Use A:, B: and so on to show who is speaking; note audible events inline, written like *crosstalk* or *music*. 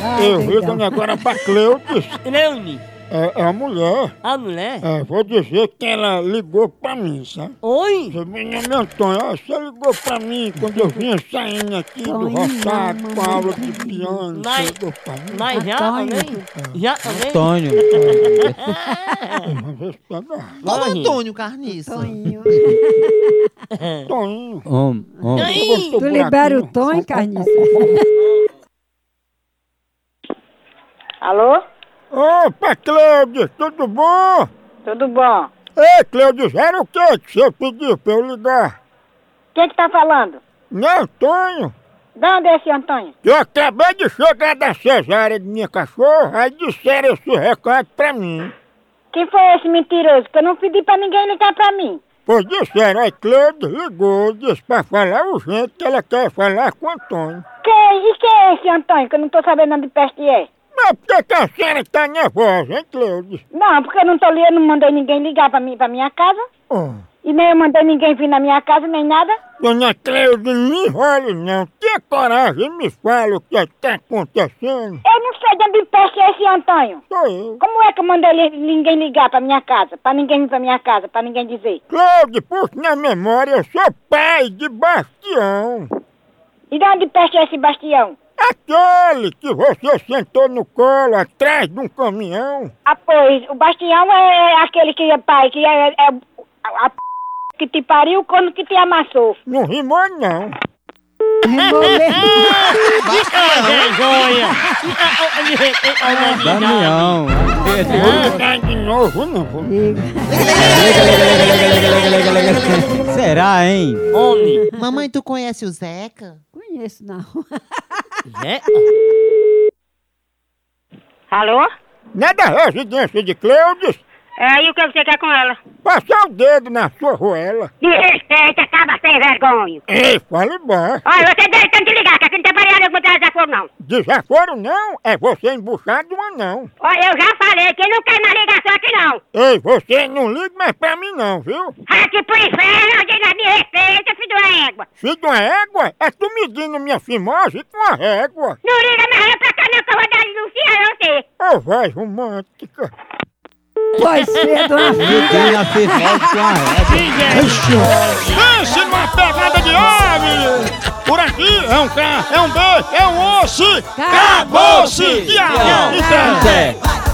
A: Ah,
B: Eu vou dando agora pra Cleutis.
C: Leone,
B: É, é a mulher.
C: a mulher?
B: É, vou dizer que ela ligou pra mim, sabe?
C: Oh. Oi?
B: Seu Meu nome é Antônio. Ó, Você ligou pra mim quando eu vinha saindo aqui do roçado com a aula de piano. Você
C: Vai.
B: ligou pra mim.
C: Mas já
A: Antônio.
C: também?
B: né?
C: Já também?
D: Antônio.
B: Uma vez pra dar.
E: Qual
C: Corre.
E: Antônio Carniça?
A: *laughs* Tonho.
B: Toninho.
D: Om, om.
C: Ai.
B: Gostou
A: Tu
B: do buraquinho?
A: libera o
B: um
A: Tonho,
B: *laughs*
A: Carniça?
F: Alô?
B: Opa, Cleudes, né? tudo bom?
F: Tudo bom?
B: Ei, Cleudes, era o que que você pediu pra eu ligar?
F: Quem que tá falando?
B: Não, Antônio.
F: De onde é esse Antônio?
B: Eu acabei de chegar da cesárea de minha cachorra, aí disseram esse recado pra mim.
F: Quem foi esse mentiroso? Que eu não pedi pra ninguém ligar pra mim.
B: Pois disseram, aí Cleide ligou, disse pra falar urgente que ela quer falar com o Antônio.
F: Quem? E quem é esse Antônio? Que eu não tô sabendo onde peste é.
B: Mas por que que a senhora tá nervosa, hein, Cleide?
F: Não, porque eu não tô li, eu não mandei ninguém ligar pra, mim, pra minha casa.
B: Oh,
F: E nem eu mandei ninguém vir na minha casa, nem nada.
B: dona Cleide, não enrole não. Tenha coragem e me fala o que tá acontecendo.
F: Eu não sei de onde peste é esse Antônio.
B: Sou eu.
F: Como é que eu mandei li- ninguém ligar pra minha casa? Pra ninguém vir pra minha casa, pra ninguém dizer.
B: Cleide, puxa na memória, eu sou pai de Bastião.
F: E de onde peste é esse Bastião?
B: Aquele que você sentou no colo atrás de um caminhão.
F: Ah, pois, o Bastião é aquele que é pai, que é, é a, a p... que te pariu quando que te amassou.
B: Não rimou não.
A: Rimou mesmo.
C: É joia!
D: Damião.
B: Vou ligar de novo, não vou.
D: Será, hein?
C: Homem!
E: Mamãe, tu conhece o Zeca?
A: Conheço, não.
C: É?
F: Alô?
B: Não é da residência de Cleudes?
F: É, e o que você quer com ela?
B: Passar o dedo na sua roela.
F: Me respeita, acaba sem vergonha.
B: Ei, fale bom.
F: Olha, você deve tanto ligar, que aqui não tem pareada com desaforo, não.
B: Desaforo não, é você embuchar de um anão.
F: Olha, eu já falei que não quer mais ligação aqui, não.
B: Ei, você não liga mais pra mim não, viu?
F: Aqui pro inferno, diga, me respeita, filho da égua.
B: Filho de uma égua, é tu medindo minha fimose com a régua.
F: Não liga mais pra cá, não, que eu vou dar denunciar, não sei.
B: Ô, voz romântica.
A: Pode ser, dona Filha.
D: Tem a fefose com a régua.
B: Pense numa pegada de ave! Por aqui é um K, é um B, é um osso!
A: Acabou-se!
B: Acabou-se! E aí, então?
D: Zé.
G: vai, vai.